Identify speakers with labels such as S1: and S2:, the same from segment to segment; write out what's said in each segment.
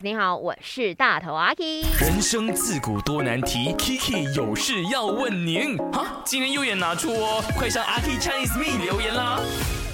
S1: 你好，我是大头阿 K。
S2: 人生自古多难题，Kiki 有事要问您。哈，今天右眼拿出哦，快上阿 K Chinese Me 留言啦。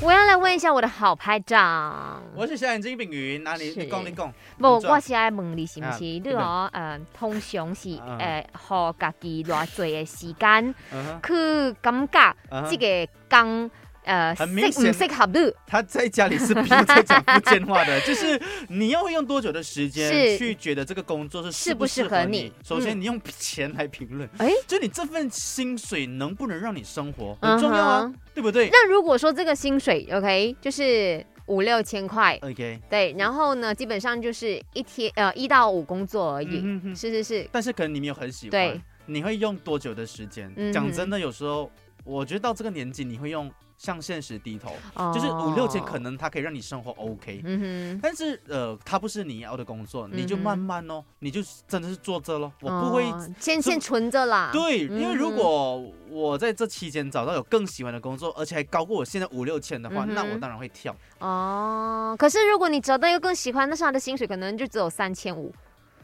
S1: 我要来问一下我的好拍档，
S3: 我是小眼睛炳云，啊那你
S1: 是
S3: 你讲你讲，
S1: 无
S3: 你做
S1: 我是爱问你是毋
S3: 啊
S1: 是？你
S3: 对
S1: 哦，呃，通常是
S3: 啊
S1: 诶，互家己偌济的时间
S3: 嗯哼
S1: 去感觉
S3: 嗯哼
S1: 即个工呃适
S3: 很明
S1: 唔
S3: 显
S1: 适合你？
S3: 他在家里是不用再讲福建话的， 就是你要用多久的时
S1: 是
S3: 间去觉得这个工作是
S1: 适
S3: 适
S1: 不
S3: 不
S1: 适
S3: 适
S1: 合
S3: 合
S1: 你嗯
S3: 你？首先，你用钱来评论，
S1: 诶，
S3: 就你这份薪水能不能让你生活，
S1: 嗯
S3: 很重要啊
S1: 哼，
S3: 对不对
S1: 那如果说这个薪水，OK，就是五六千块，
S3: ？OK，
S1: 对，然后呢，基本上就是一天呃一到五工作而已。
S3: 嗯哼哼
S1: 是是是，
S3: 但是可能你没有很喜
S1: 哎对
S3: 欢，你会用多久的时间
S1: 嗯哼？
S3: 讲真的，有时候我觉得到这个年纪，你会用向现实低头，就是
S1: 哦
S3: 五六千，可。能它可以让你生活 OK，
S1: 嗯哼，
S3: 但是呃，它不是你要的工作，你就
S1: 嗯哼
S3: 慢慢哦，你就真的是做这咯。我不会、
S1: 哦先先存着啦。
S3: 对，因为如
S1: 嗯哼
S3: 果我在这期间找到有更喜欢的工作，而且还高过我现在五六千的话，
S1: 嗯哼
S3: 那我当然会跳。
S1: 哦，可是如果你找到一个更喜欢，但是他的薪水可能就只有三千五。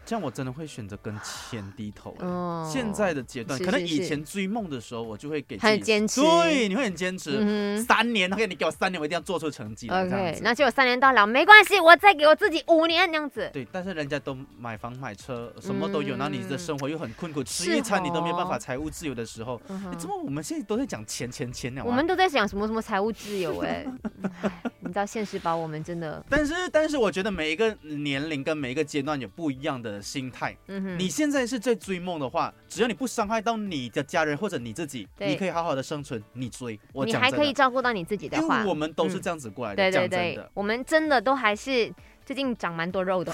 S3: 这样我真的会选择跟钱低头、欸。
S1: 哦，
S3: 现在的阶段，
S1: 是
S3: 可能
S1: 是
S3: 以
S1: 是
S3: 前追梦的时候，我就会给自己
S1: 很坚持
S3: 对，你会很坚持。
S1: 嗯哼。
S3: 三年，OK，你给我三年，我一定要做出成绩来。这样
S1: OK，
S3: 子
S1: 那就有三年到了，没关系，我再给我自己五年这样子。
S3: 对，但是人家都买房买车，什么都有，那、你的
S1: 嗯
S3: 生活又很困苦，
S1: 是
S3: 吃一餐你都没有办
S1: 哦
S3: 法财务自由的时候，
S1: 嗯
S3: 欸
S1: 哼
S3: 怎么我们现在都在讲钱钱钱啊呢？
S1: 我们，都在想什么什么财务自由 哎、唉你知道现实把我们真的，
S3: 但是但是我觉得每一个年龄跟每一个阶段有不一样的心态。
S1: 嗯哼，
S3: 你现在是在追梦的话，只要你不伤害到你的家人或者你自己，
S1: 对
S3: 你可以好好的生存。你追，我
S1: 你
S3: 讲
S1: 还
S3: 真
S1: 可以
S3: 的
S1: 照顾到你自己的
S3: 因
S1: 话
S3: 为，我们都是
S1: 嗯
S3: 这样子过来的。
S1: 对对
S3: 讲真
S1: 对
S3: 的，，
S1: 我们真的都还是最近长蛮多肉的。